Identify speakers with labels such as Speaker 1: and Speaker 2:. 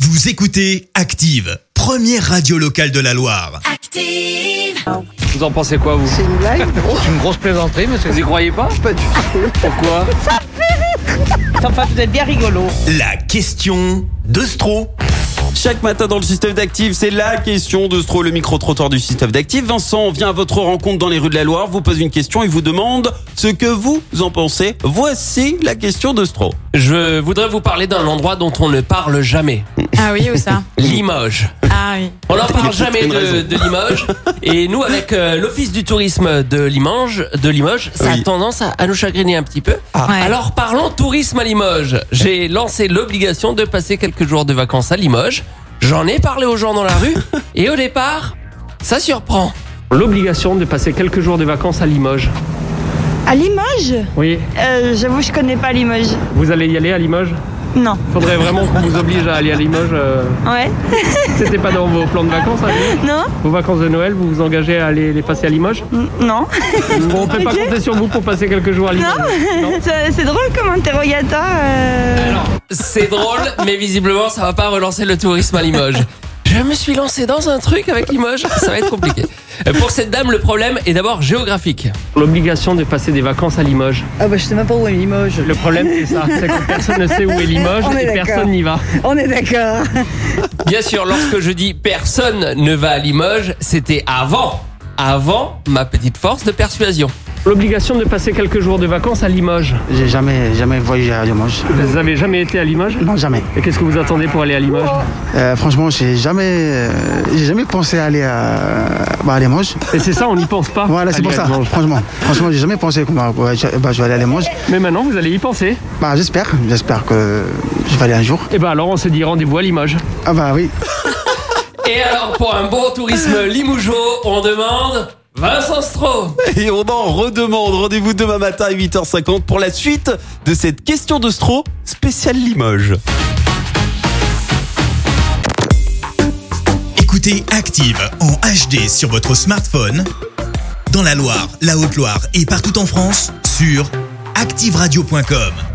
Speaker 1: Vous écoutez Active, première radio locale de la Loire.
Speaker 2: Active.
Speaker 3: Vous en pensez quoi, vous
Speaker 4: C'est une blague drôle.
Speaker 3: C'est une grosse plaisanterie, monsieur Vous y croyez pas
Speaker 4: Pas du tout.
Speaker 3: Pourquoi
Speaker 4: Enfin, vous êtes bien rigolo.
Speaker 1: La question de Stro.
Speaker 5: Chaque matin dans le système d'active, c'est la question de Stro, le micro-trottoir du système d'active. Vincent vient à votre rencontre dans les rues de la Loire, vous pose une question et vous demande ce que vous en pensez. Voici la question de Stro.
Speaker 3: Je voudrais vous parler d'un endroit dont on ne parle jamais.
Speaker 6: Ah oui, où ça
Speaker 3: Limoges.
Speaker 6: Ah oui.
Speaker 3: On n'en
Speaker 5: Il y a
Speaker 3: parle
Speaker 5: peut-être
Speaker 3: jamais
Speaker 5: une
Speaker 3: de,
Speaker 5: raison.
Speaker 3: de Limoges. Et nous, avec euh, l'Office du tourisme de Limoges, de Limoges ça
Speaker 5: Oui.
Speaker 3: a tendance à, à nous chagriner un petit peu.
Speaker 6: Ouais.
Speaker 3: Alors parlons tourisme à Limoges. J'ai lancé l'obligation de passer quelques jours de vacances à Limoges. J'en ai parlé aux gens dans la rue. Et au départ, ça surprend. L'obligation de passer quelques jours de vacances à Limoges.
Speaker 7: À Limoges
Speaker 3: Oui,
Speaker 7: euh, J'avoue, je connais pas Limoges.
Speaker 3: vous allez y aller à Limoges
Speaker 7: Non.
Speaker 3: Faudrait vraiment qu'on vous oblige à aller à Limoges. euh,
Speaker 7: Ouais
Speaker 3: C'était pas dans vos plans de vacances, à Limoges
Speaker 7: Non
Speaker 3: Vos vacances de Noël, vous vous engagez à aller les passer à Limoges
Speaker 7: N- Non Mmh.
Speaker 3: Bon, On peut pas compter sur vous pour passer quelques jours à Limoges.
Speaker 7: C'est c'est drôle comme interrogatoire. euh.
Speaker 3: C'est drôle, mais visiblement, ça va pas relancer le tourisme à Limoges. Je me suis lancé dans un truc avec Limoges, ça va être compliqué. Euh, Pour cette dame, le problème est d'abord géographique. L'obligation de passer des vacances à Limoges.
Speaker 4: Ah bah je sais même pas où est Limoges.
Speaker 3: Le problème, c'est ça, c'est que personne ne sait où est Limoges
Speaker 4: On est et d'accord. personne
Speaker 3: n'y va.
Speaker 4: On est d'accord.
Speaker 3: Bien sûr, lorsque je dis personne ne va à Limoges, c'était avant, avant ma petite force de persuasion. L'obligation de passer quelques jours de vacances à Limoges.
Speaker 8: J'ai jamais, jamais voyagé à Limoges.
Speaker 3: Vous avez jamais été à Limoges
Speaker 8: Non, jamais.
Speaker 3: Et qu'est-ce que vous attendez pour aller à Limoges
Speaker 8: Euh, franchement, j'ai jamais, euh, j'ai jamais pensé à aller à, bah, à Limoges.
Speaker 3: Et c'est ça, on n'y pense pas.
Speaker 8: Voilà, c'est
Speaker 3: Aller
Speaker 8: pour
Speaker 3: à
Speaker 8: ça.
Speaker 3: Limoges.
Speaker 8: Franchement, franchement, j'ai jamais pensé que bah, ouais, je, bah, je vais aller à Limoges.
Speaker 3: Mais maintenant, vous allez y penser.
Speaker 8: Bah, j'espère, j'espère que je vais aller un jour.
Speaker 3: Et ben alors, on se dit rendez-vous à Limoges.
Speaker 8: Ah bah oui.
Speaker 3: Et alors, pour un bon tourisme Limougeau, on demande Vincent Stroh.
Speaker 5: Et on en redemande. Rendez-vous demain matin à 8h50 pour la suite de cette question de Stro spéciale Limoges.
Speaker 1: Écoutez Active en HD sur votre smartphone, dans la Loire, la Haute-Loire et partout en France, sur activeradio.com.